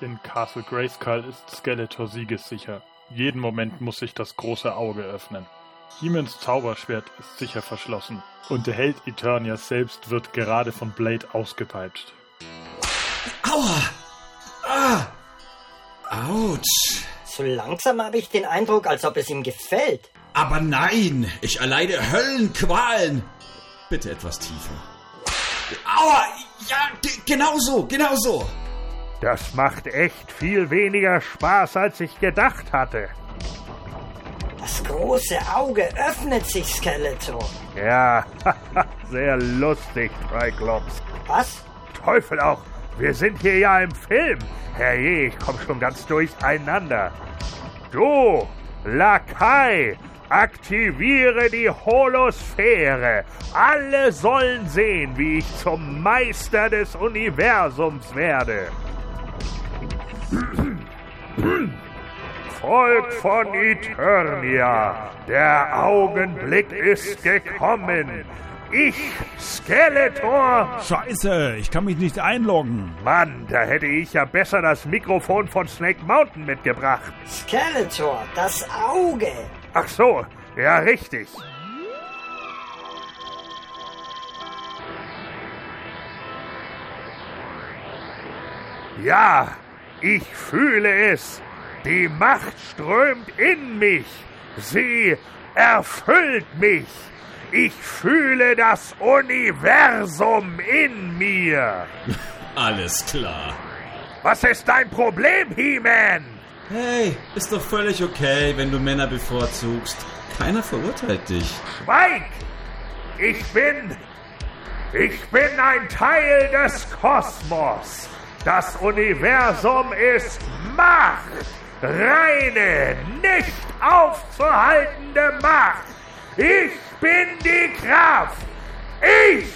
[SPEAKER 1] In Castle Grayskull ist Skeletor siegessicher. Jeden Moment muss sich das große Auge öffnen. Hemens Zauberschwert ist sicher verschlossen. Und der Held Eternias selbst wird gerade von Blade ausgepeitscht.
[SPEAKER 5] Aua! Ah! Autsch! So langsam habe ich den Eindruck, als ob es ihm gefällt.
[SPEAKER 6] Aber nein, ich erleide Höllenqualen. Bitte etwas tiefer. Aua! Ja, ge- genau so, genau so.
[SPEAKER 4] Das macht echt viel weniger Spaß, als ich gedacht hatte.
[SPEAKER 5] Das große Auge öffnet sich, Skeletor.
[SPEAKER 4] Ja, sehr lustig, Triklops.
[SPEAKER 5] Was?
[SPEAKER 4] Teufel auch, wir sind hier ja im Film. Herrje, ich komm schon ganz durcheinander. Du, Lakai, aktiviere die Holosphäre. Alle sollen sehen, wie ich zum Meister des Universums werde. Volk von Eternia, der Augenblick ist gekommen. Ich, Skeletor,
[SPEAKER 19] Scheiße, ich kann mich nicht einloggen.
[SPEAKER 4] Mann, da hätte ich ja besser das Mikrofon von Snake Mountain mitgebracht.
[SPEAKER 5] Skeletor, das Auge.
[SPEAKER 4] Ach so, ja richtig. Ja, ich fühle es. Die Macht strömt in mich. Sie erfüllt mich. Ich fühle das Universum in mir.
[SPEAKER 6] Alles klar.
[SPEAKER 4] Was ist dein Problem, He-Man?
[SPEAKER 6] Hey, ist doch völlig okay, wenn du Männer bevorzugst. Keiner verurteilt dich.
[SPEAKER 4] Schweig! Ich bin. Ich bin ein Teil des Kosmos. Das Universum ist Macht. Reine, nicht aufzuhaltende Macht. Ich bin die Kraft. Ich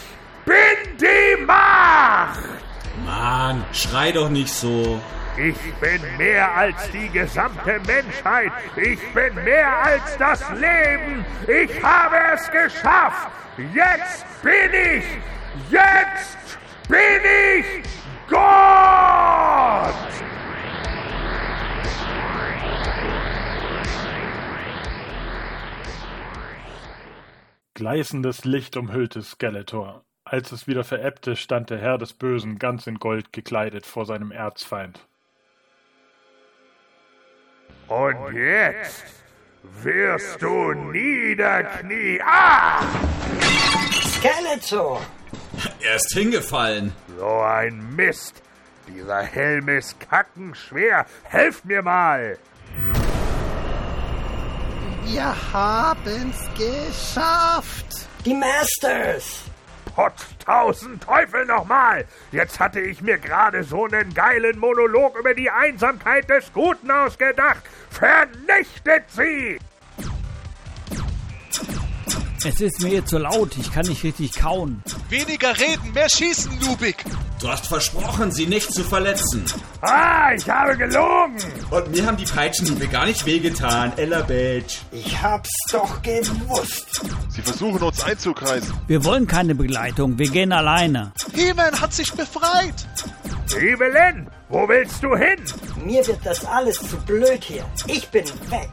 [SPEAKER 4] bin die Macht.
[SPEAKER 6] Mann, schrei doch nicht so.
[SPEAKER 4] Ich bin mehr als die gesamte Menschheit. Ich bin mehr als das Leben. Ich habe es geschafft. Jetzt bin ich. Jetzt bin ich Gott.
[SPEAKER 1] Gleißendes Licht umhüllte Skeletor. Als es wieder verebbte, stand der Herr des Bösen ganz in Gold gekleidet vor seinem Erzfeind.
[SPEAKER 4] Und jetzt wirst du niederknien. Ah!
[SPEAKER 5] Skeletor!
[SPEAKER 6] Er ist hingefallen.
[SPEAKER 4] So ein Mist. Dieser Helm ist kackenschwer. Helft mir mal.
[SPEAKER 7] Wir haben's geschafft.
[SPEAKER 5] Die Masters!
[SPEAKER 4] Potz, tausend Teufel nochmal! Jetzt hatte ich mir gerade so einen geilen Monolog über die Einsamkeit des Guten ausgedacht. Vernichtet sie!
[SPEAKER 17] Es ist mir jetzt so laut, ich kann nicht richtig kauen.
[SPEAKER 11] Weniger reden, mehr schießen, Lubik.
[SPEAKER 6] Du hast versprochen, sie nicht zu verletzen.
[SPEAKER 4] Ah, ich habe gelogen!
[SPEAKER 6] Und mir haben die Peitschenhiebe gar nicht wehgetan, Ella Bitch.
[SPEAKER 5] Ich hab's doch gewusst.
[SPEAKER 8] Sie versuchen uns einzukreisen.
[SPEAKER 17] Wir wollen keine Begleitung, wir gehen alleine.
[SPEAKER 11] He-Man hat sich befreit.
[SPEAKER 4] Evelyn, wo willst du hin?
[SPEAKER 5] Mir wird das alles zu blöd hier. Ich bin weg.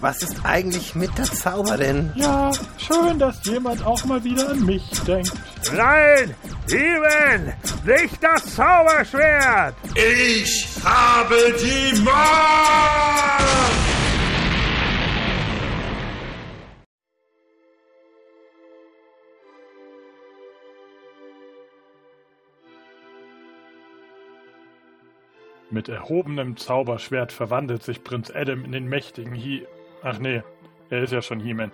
[SPEAKER 7] Was ist eigentlich mit der Zauberin?
[SPEAKER 1] Ja, schön, dass jemand auch mal wieder an mich denkt.
[SPEAKER 4] Nein! Steven! Nicht das Zauberschwert!
[SPEAKER 13] Ich habe die Macht!
[SPEAKER 1] Mit erhobenem Zauberschwert verwandelt sich Prinz Adam in den mächtigen He. Ach nee, er ist ja schon He-Man.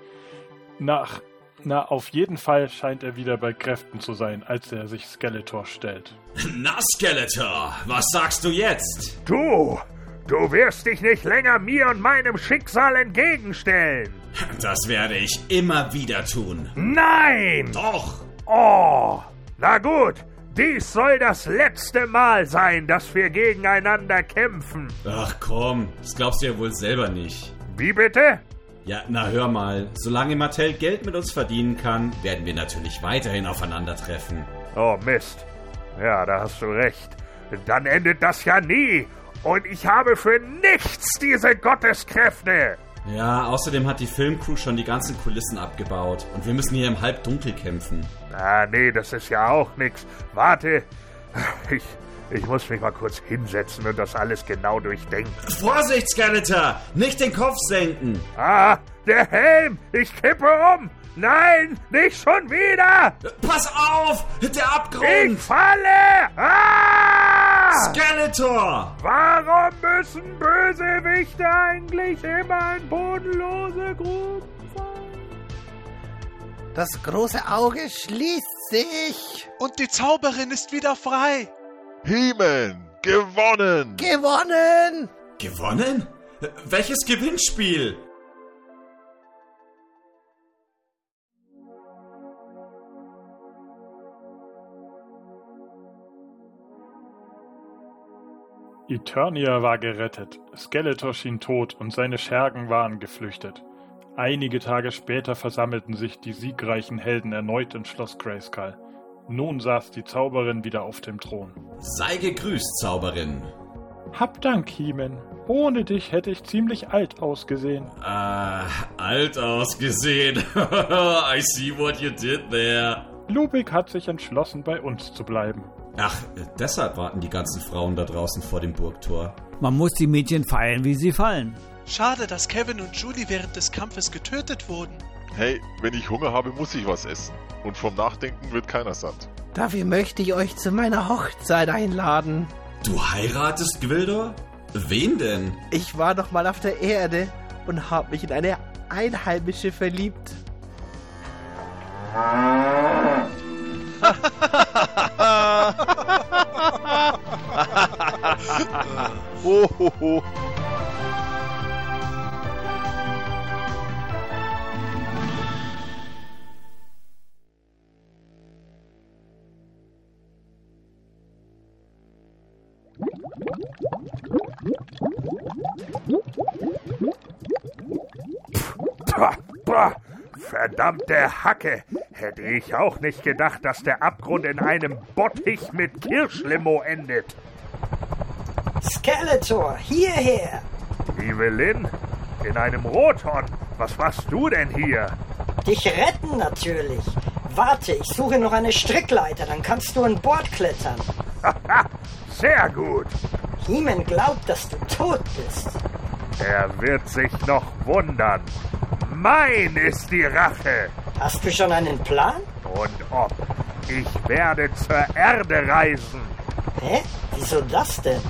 [SPEAKER 1] Nach Na, auf jeden Fall scheint er wieder bei Kräften zu sein, als er sich Skeletor stellt.
[SPEAKER 16] Na, Skeletor, was sagst du jetzt?
[SPEAKER 4] Du! Du wirst dich nicht länger mir und meinem Schicksal entgegenstellen!
[SPEAKER 16] Das werde ich immer wieder tun.
[SPEAKER 4] Nein!
[SPEAKER 16] Doch!
[SPEAKER 4] Oh! Na gut! Dies soll das letzte Mal sein, dass wir gegeneinander kämpfen.
[SPEAKER 6] Ach komm, das glaubst du ja wohl selber nicht.
[SPEAKER 4] Wie bitte?
[SPEAKER 6] Ja, na hör mal, solange Mattel Geld mit uns verdienen kann, werden wir natürlich weiterhin aufeinandertreffen.
[SPEAKER 4] Oh Mist. Ja, da hast du recht. Dann endet das ja nie. Und ich habe für nichts diese Gotteskräfte.
[SPEAKER 6] Ja, außerdem hat die Filmcrew schon die ganzen Kulissen abgebaut und wir müssen hier im Halbdunkel kämpfen.
[SPEAKER 4] Ah, nee, das ist ja auch nix. Warte. Ich, ich muss mich mal kurz hinsetzen und das alles genau durchdenken.
[SPEAKER 6] Vorsicht, Skeletor! Nicht den Kopf senken!
[SPEAKER 4] Ah, der Helm! Ich kippe um! Nein, nicht schon wieder!
[SPEAKER 16] Pass auf! Der
[SPEAKER 4] Ich
[SPEAKER 16] Abgrund!
[SPEAKER 4] falle! Ah!
[SPEAKER 16] Skeletor!
[SPEAKER 4] Warum müssen Bösewichte eigentlich immer in bodenlose Gruben?
[SPEAKER 10] Das große Auge schließt sich.
[SPEAKER 11] Und die Zauberin ist wieder frei.
[SPEAKER 8] He-Man, gewonnen!
[SPEAKER 10] Gewonnen!
[SPEAKER 16] Gewonnen? Welches Gewinnspiel?
[SPEAKER 1] Eternia war gerettet, Skeletor schien tot und seine Schergen waren geflüchtet. Einige Tage später versammelten sich die siegreichen Helden erneut in Schloss Grayskull. Nun saß die Zauberin wieder auf dem Thron.
[SPEAKER 6] Sei gegrüßt, Zauberin.
[SPEAKER 1] Hab Dank, Hiemen. Ohne dich hätte ich ziemlich alt ausgesehen.
[SPEAKER 16] Äh, alt ausgesehen. I see what you did there.
[SPEAKER 1] Lubik hat sich entschlossen, bei uns zu bleiben.
[SPEAKER 6] Ach, deshalb warten die ganzen Frauen da draußen vor dem Burgtor.
[SPEAKER 17] Man muss die Mädchen feiern, wie sie fallen.
[SPEAKER 3] Schade, dass Kevin und Julie während des Kampfes getötet wurden.
[SPEAKER 8] Hey, wenn ich Hunger habe, muss ich was essen. Und vom Nachdenken wird keiner satt.
[SPEAKER 10] Dafür möchte ich euch zu meiner Hochzeit einladen.
[SPEAKER 6] Du heiratest, Gwildor? Wen denn?
[SPEAKER 7] Ich war noch mal auf der Erde und habe mich in eine Einheimische verliebt.
[SPEAKER 2] ho, ho, ho.
[SPEAKER 4] Bah, bah, verdammte Hacke! Hätte ich auch nicht gedacht, dass der Abgrund in einem Bottich mit Kirschlimo endet.
[SPEAKER 5] Skeletor, hierher!
[SPEAKER 4] Liebe Lin, in einem Rothorn, was machst du denn hier?
[SPEAKER 5] Dich retten natürlich. Warte, ich suche noch eine Strickleiter, dann kannst du an Bord klettern.
[SPEAKER 4] Sehr gut!
[SPEAKER 5] Hiemen glaubt, dass du tot bist.
[SPEAKER 4] Er wird sich noch wundern. Mein ist die Rache!
[SPEAKER 5] Hast du schon einen Plan?
[SPEAKER 4] Und ob. Ich werde zur Erde reisen,
[SPEAKER 5] Hä? Wieso das denn?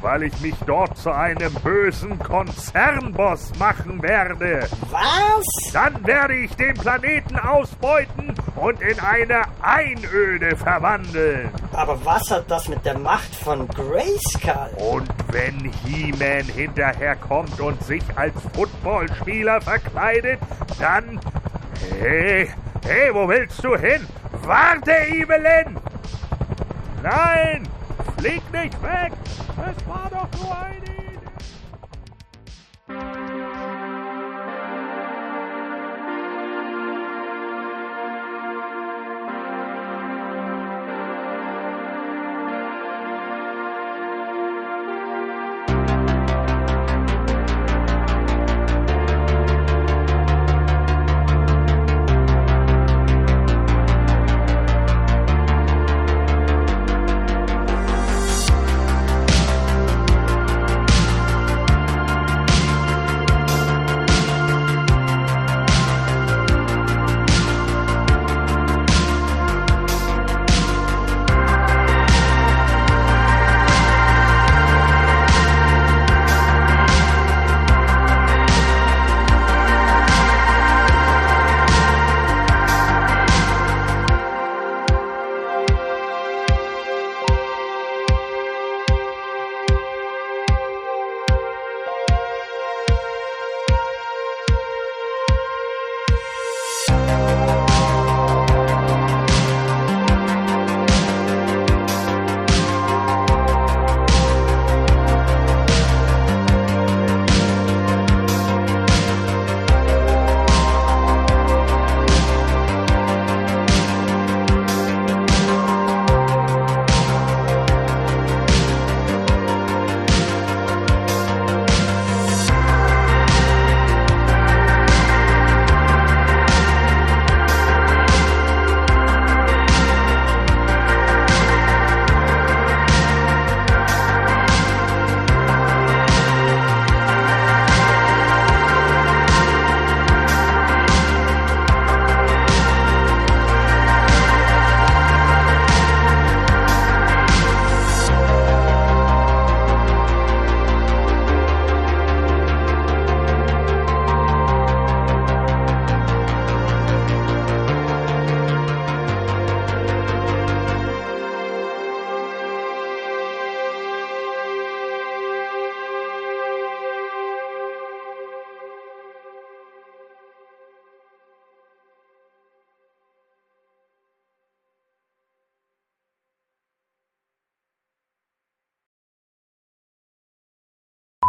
[SPEAKER 4] weil ich mich dort zu einem bösen Konzernboss machen werde.
[SPEAKER 5] Was?
[SPEAKER 4] Dann werde ich den Planeten ausbeuten und in eine Einöde verwandeln.
[SPEAKER 5] Aber was hat das mit der Macht von Grayskull?
[SPEAKER 4] Und wenn He-Man hinterherkommt und sich als Footballspieler verkleidet, dann... Hey, hey, wo willst du hin? Warte, Evelyn! Nein, flieg nicht weg! Es war doch nur eine Idee!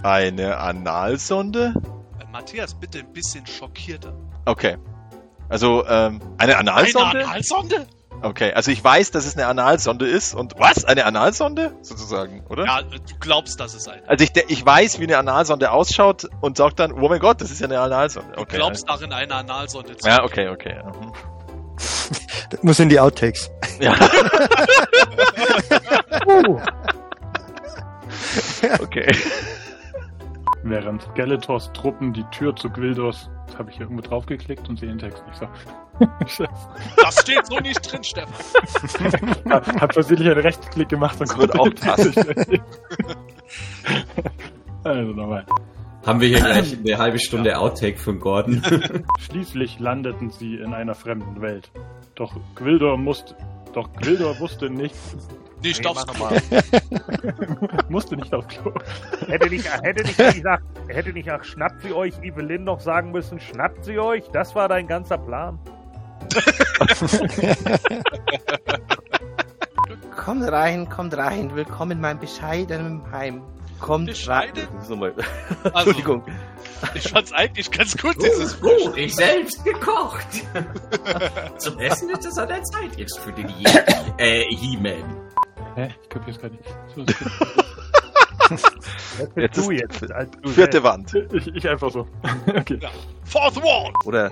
[SPEAKER 2] Eine Analsonde?
[SPEAKER 3] Äh, Matthias, bitte ein bisschen schockierter.
[SPEAKER 2] Okay. Also, ähm, eine Analsonde?
[SPEAKER 3] Eine Analsonde?
[SPEAKER 2] Okay, also ich weiß, dass es eine Analsonde ist und was? Eine Analsonde? Sozusagen, oder?
[SPEAKER 3] Ja, äh, du glaubst, dass es eine.
[SPEAKER 2] Also ich, de- ich weiß, wie eine Analsonde ausschaut und sag dann, oh mein Gott, das ist ja eine Analsonde.
[SPEAKER 3] Du
[SPEAKER 2] Okay.
[SPEAKER 3] glaubst darin, eine Analsonde zu
[SPEAKER 2] ja,
[SPEAKER 3] sein.
[SPEAKER 2] okay, okay. mhm.
[SPEAKER 20] Das muss in die Outtakes.
[SPEAKER 2] Ja.
[SPEAKER 20] uh.
[SPEAKER 2] Okay.
[SPEAKER 1] Während Skeletors Truppen die Tür zu Gwildos. Das habe ich hier irgendwo draufgeklickt und sehe den Text nicht so.
[SPEAKER 3] Das steht so nicht drin, Stefan.
[SPEAKER 1] hab, hab versehentlich einen Rechtsklick gemacht und
[SPEAKER 16] Das wird auch passen.
[SPEAKER 1] also nochmal.
[SPEAKER 6] Haben wir hier gleich eine halbe Stunde Outtake von Gordon?
[SPEAKER 1] Schließlich landeten sie in einer fremden Welt. Doch Gwildor musste. Doch Gwildor wusste nicht.
[SPEAKER 3] Nicht
[SPEAKER 1] Nee,
[SPEAKER 3] aufs
[SPEAKER 1] mach
[SPEAKER 3] Klo.
[SPEAKER 1] nochmal. musste nicht aufs Klo.
[SPEAKER 4] Hätte nicht, hätte nicht, nach, hätte nicht nach Schnappt sie euch Evelyn noch sagen müssen, schnappt sie euch? Das war dein ganzer Plan.
[SPEAKER 7] Kommt rein, kommt rein. Willkommen in meinem bescheidenen Heim.
[SPEAKER 2] Hm,
[SPEAKER 7] Kommt rein. So mal. Entschuldigung.
[SPEAKER 3] Also, Ich fand's eigentlich ganz gut, dieses
[SPEAKER 16] Gut, Oh, ich selbst gekocht. Zum Essen ist es an der Zeit jetzt für den He äh, He-Man.
[SPEAKER 1] Hä? Ich kapier's gar nicht.
[SPEAKER 4] Jetzt bist du jetzt. als du
[SPEAKER 2] vierte
[SPEAKER 4] selbst.
[SPEAKER 2] Wand.
[SPEAKER 1] Ich, ich einfach so. Okay.
[SPEAKER 3] Fourth Wall!
[SPEAKER 7] Oder.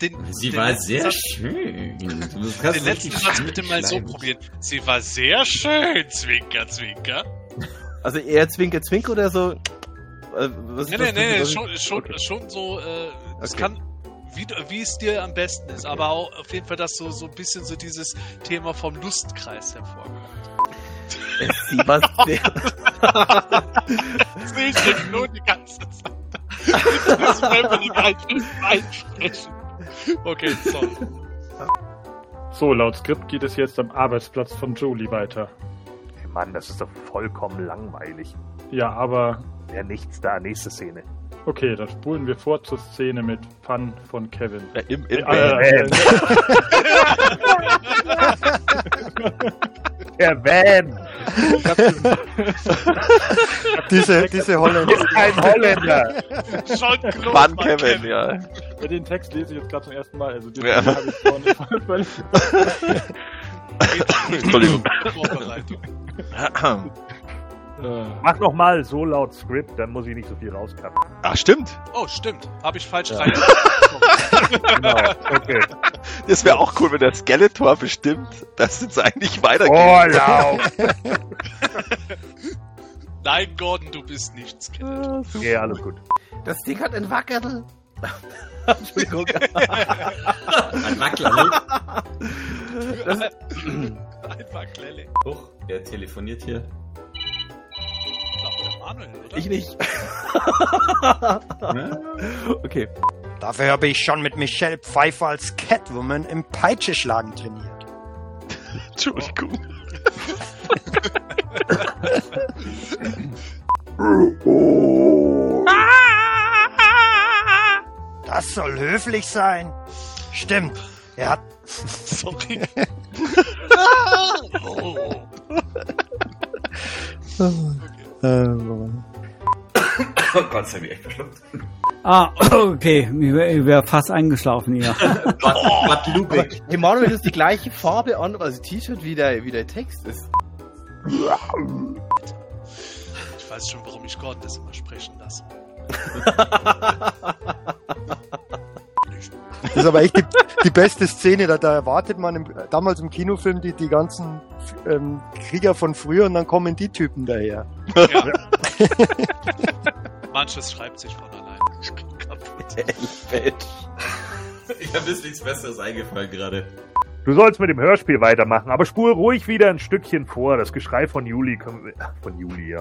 [SPEAKER 3] Den,
[SPEAKER 6] Sie
[SPEAKER 3] den
[SPEAKER 6] war
[SPEAKER 3] letzten
[SPEAKER 6] sehr
[SPEAKER 3] Satz-
[SPEAKER 6] schön. Du kannst
[SPEAKER 3] Den letzten
[SPEAKER 6] richtig
[SPEAKER 3] Satz
[SPEAKER 6] schön
[SPEAKER 3] bitte mal so
[SPEAKER 6] schneiden.
[SPEAKER 3] probieren. Sie war sehr schön, Zwinker, Zwinker.
[SPEAKER 7] Also eher Zwinker, Zwinker oder so? Äh, Was
[SPEAKER 3] Nee,
[SPEAKER 7] was-
[SPEAKER 3] nee, nee, nee,
[SPEAKER 7] was-
[SPEAKER 3] schon, schon, schon so, äh, es
[SPEAKER 7] Okay.
[SPEAKER 3] kann, wie, du- wie es dir am besten ist, aber auch auf jeden Fall, dass so, so ein bisschen so dieses Thema vom Lustkreis hervorkommt.
[SPEAKER 7] Sie war sehr.
[SPEAKER 3] Das sehe ich den Klo die ganze Zeit. Das wollen wir die ganze Zeit einsprechen. Okay, sorry.
[SPEAKER 1] So, laut Skript geht es jetzt am Arbeitsplatz von Jolie weiter.
[SPEAKER 4] Ey, Mann, das ist doch vollkommen langweilig.
[SPEAKER 1] Ja, aber.
[SPEAKER 4] Ja, nichts da, nächste Szene.
[SPEAKER 1] Okay, dann spulen wir vor zur Szene mit Fun von Kevin.
[SPEAKER 2] Ja, im- im
[SPEAKER 1] äh,
[SPEAKER 4] Van.
[SPEAKER 1] äh,
[SPEAKER 4] Der Van!
[SPEAKER 1] Ich hab's-
[SPEAKER 20] Diese- diese Holländer.
[SPEAKER 4] Ist ein Holländer!
[SPEAKER 3] Schon Klo,
[SPEAKER 2] Mann, Kevin, ja.
[SPEAKER 1] Ja, den Text lese ich jetzt gerade zum ersten Mal. Also den
[SPEAKER 2] Ja.
[SPEAKER 1] habe ich vorne völlig.
[SPEAKER 2] Entschuldigung.
[SPEAKER 3] Vorbereitung.
[SPEAKER 4] Mach noch mal so laut Script, dann muss ich nicht so viel rauskappen.
[SPEAKER 2] Ach, Ah, stimmt.
[SPEAKER 3] Oh, stimmt. Habe ich falsch
[SPEAKER 4] Ja.
[SPEAKER 3] rein.
[SPEAKER 4] Genau, okay.
[SPEAKER 2] Das wäre auch cool, wenn der Skeletor bestimmt, dass es eigentlich weitergeht.
[SPEAKER 4] Oh, Vorlauf!
[SPEAKER 3] Nein, Gordon, du bist nichts.
[SPEAKER 2] Oh.
[SPEAKER 4] Okay, alles gut.
[SPEAKER 7] Das Ding hat ein Wackerl. Entschuldigung.
[SPEAKER 6] Ein
[SPEAKER 2] ne?
[SPEAKER 6] Wackler,
[SPEAKER 7] Das ist,
[SPEAKER 3] Einfach Klelle.
[SPEAKER 6] Huch, wer telefoniert hier?
[SPEAKER 3] Ich glaub, der Manuel, oder?
[SPEAKER 7] ich nicht. okay.
[SPEAKER 20] Dafür habe ich schon mit Michelle Pfeiffer als Catwoman im Peitscheschlagen trainiert.
[SPEAKER 2] Entschuldigung.
[SPEAKER 20] Das soll höflich sein. Stimmt. Er hat.
[SPEAKER 3] Sorry. oh.
[SPEAKER 16] Oh Gott, das hab ich echt verschluckt.
[SPEAKER 17] Ah, okay. Ich wäre wär fast eingeschlafen hier.
[SPEAKER 7] Die Manuel ist die gleiche Farbe an, also T-Shirt wie der, wie der Text ist.
[SPEAKER 3] Ich weiß schon, warum ich Gordon das immer sprechen lasse.
[SPEAKER 20] Das ist aber echt die, die beste Szene. Da, da erwartet man im, äh, damals im Kinofilm die, die ganzen ähm, Krieger von früher und dann kommen die Typen daher.
[SPEAKER 3] Ja. Manches schreibt sich von allein.
[SPEAKER 6] Ich hab jetzt nichts Besseres eingefallen gerade.
[SPEAKER 4] Du sollst mit dem Hörspiel weitermachen, aber spul ruhig wieder ein Stückchen vor. Das Geschrei von Juli können wir- von Juli, ja.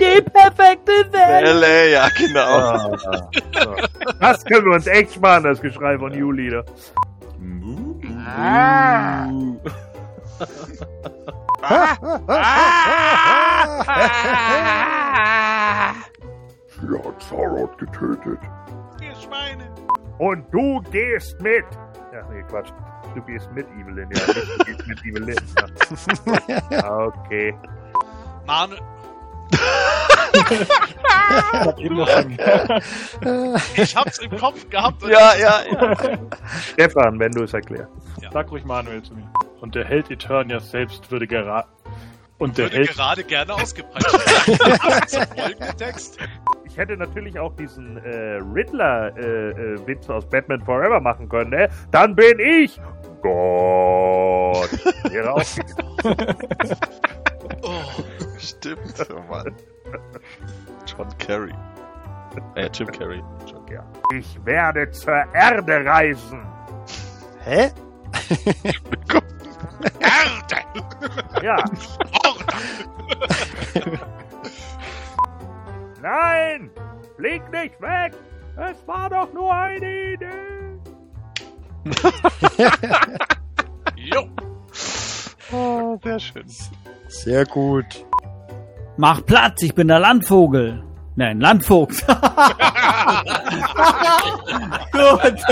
[SPEAKER 13] Die perfekte
[SPEAKER 2] Welle, ja, genau.
[SPEAKER 4] Ah. Das können wir uns echt sparen, das Geschrei von Juli. ne? Da.
[SPEAKER 16] Ah.
[SPEAKER 14] Sie hat Zarot getötet.
[SPEAKER 4] Und du gehst mit! Ja, nee, Quatsch. Du gehst mit Evelyn, ja. nicht Du gehst mit Evelyn. Ja. Okay.
[SPEAKER 3] Manu. ich hab's im Kopf gehabt. und-
[SPEAKER 4] Stefan, wenn du es erklärst.
[SPEAKER 1] Sag ruhig Manuel zu mir. Und der Held Eternias selbst würde geraten. Und der
[SPEAKER 3] Würde
[SPEAKER 1] Held.
[SPEAKER 3] gerade gerne ausgepeitscht werden. Zum folgenden Text.
[SPEAKER 4] Ich hätte natürlich auch diesen äh, Riddler-Witz aus Batman Forever machen können. Ne? Dann bin ich Gott. Wäre auch
[SPEAKER 8] Stimmt, oh Mann. John Kerry. Äh, Jim Carrey. John Kerry.
[SPEAKER 4] Ich werde zur Erde reisen. Hä? Erde! Ja. Nein! Flieg nicht weg! Es war doch nur eine Idee!
[SPEAKER 11] jo!
[SPEAKER 8] Oh, sehr schön.
[SPEAKER 17] Sehr gut. Mach Platz, ich bin der Landvogel. Nein, Landvogt. gut.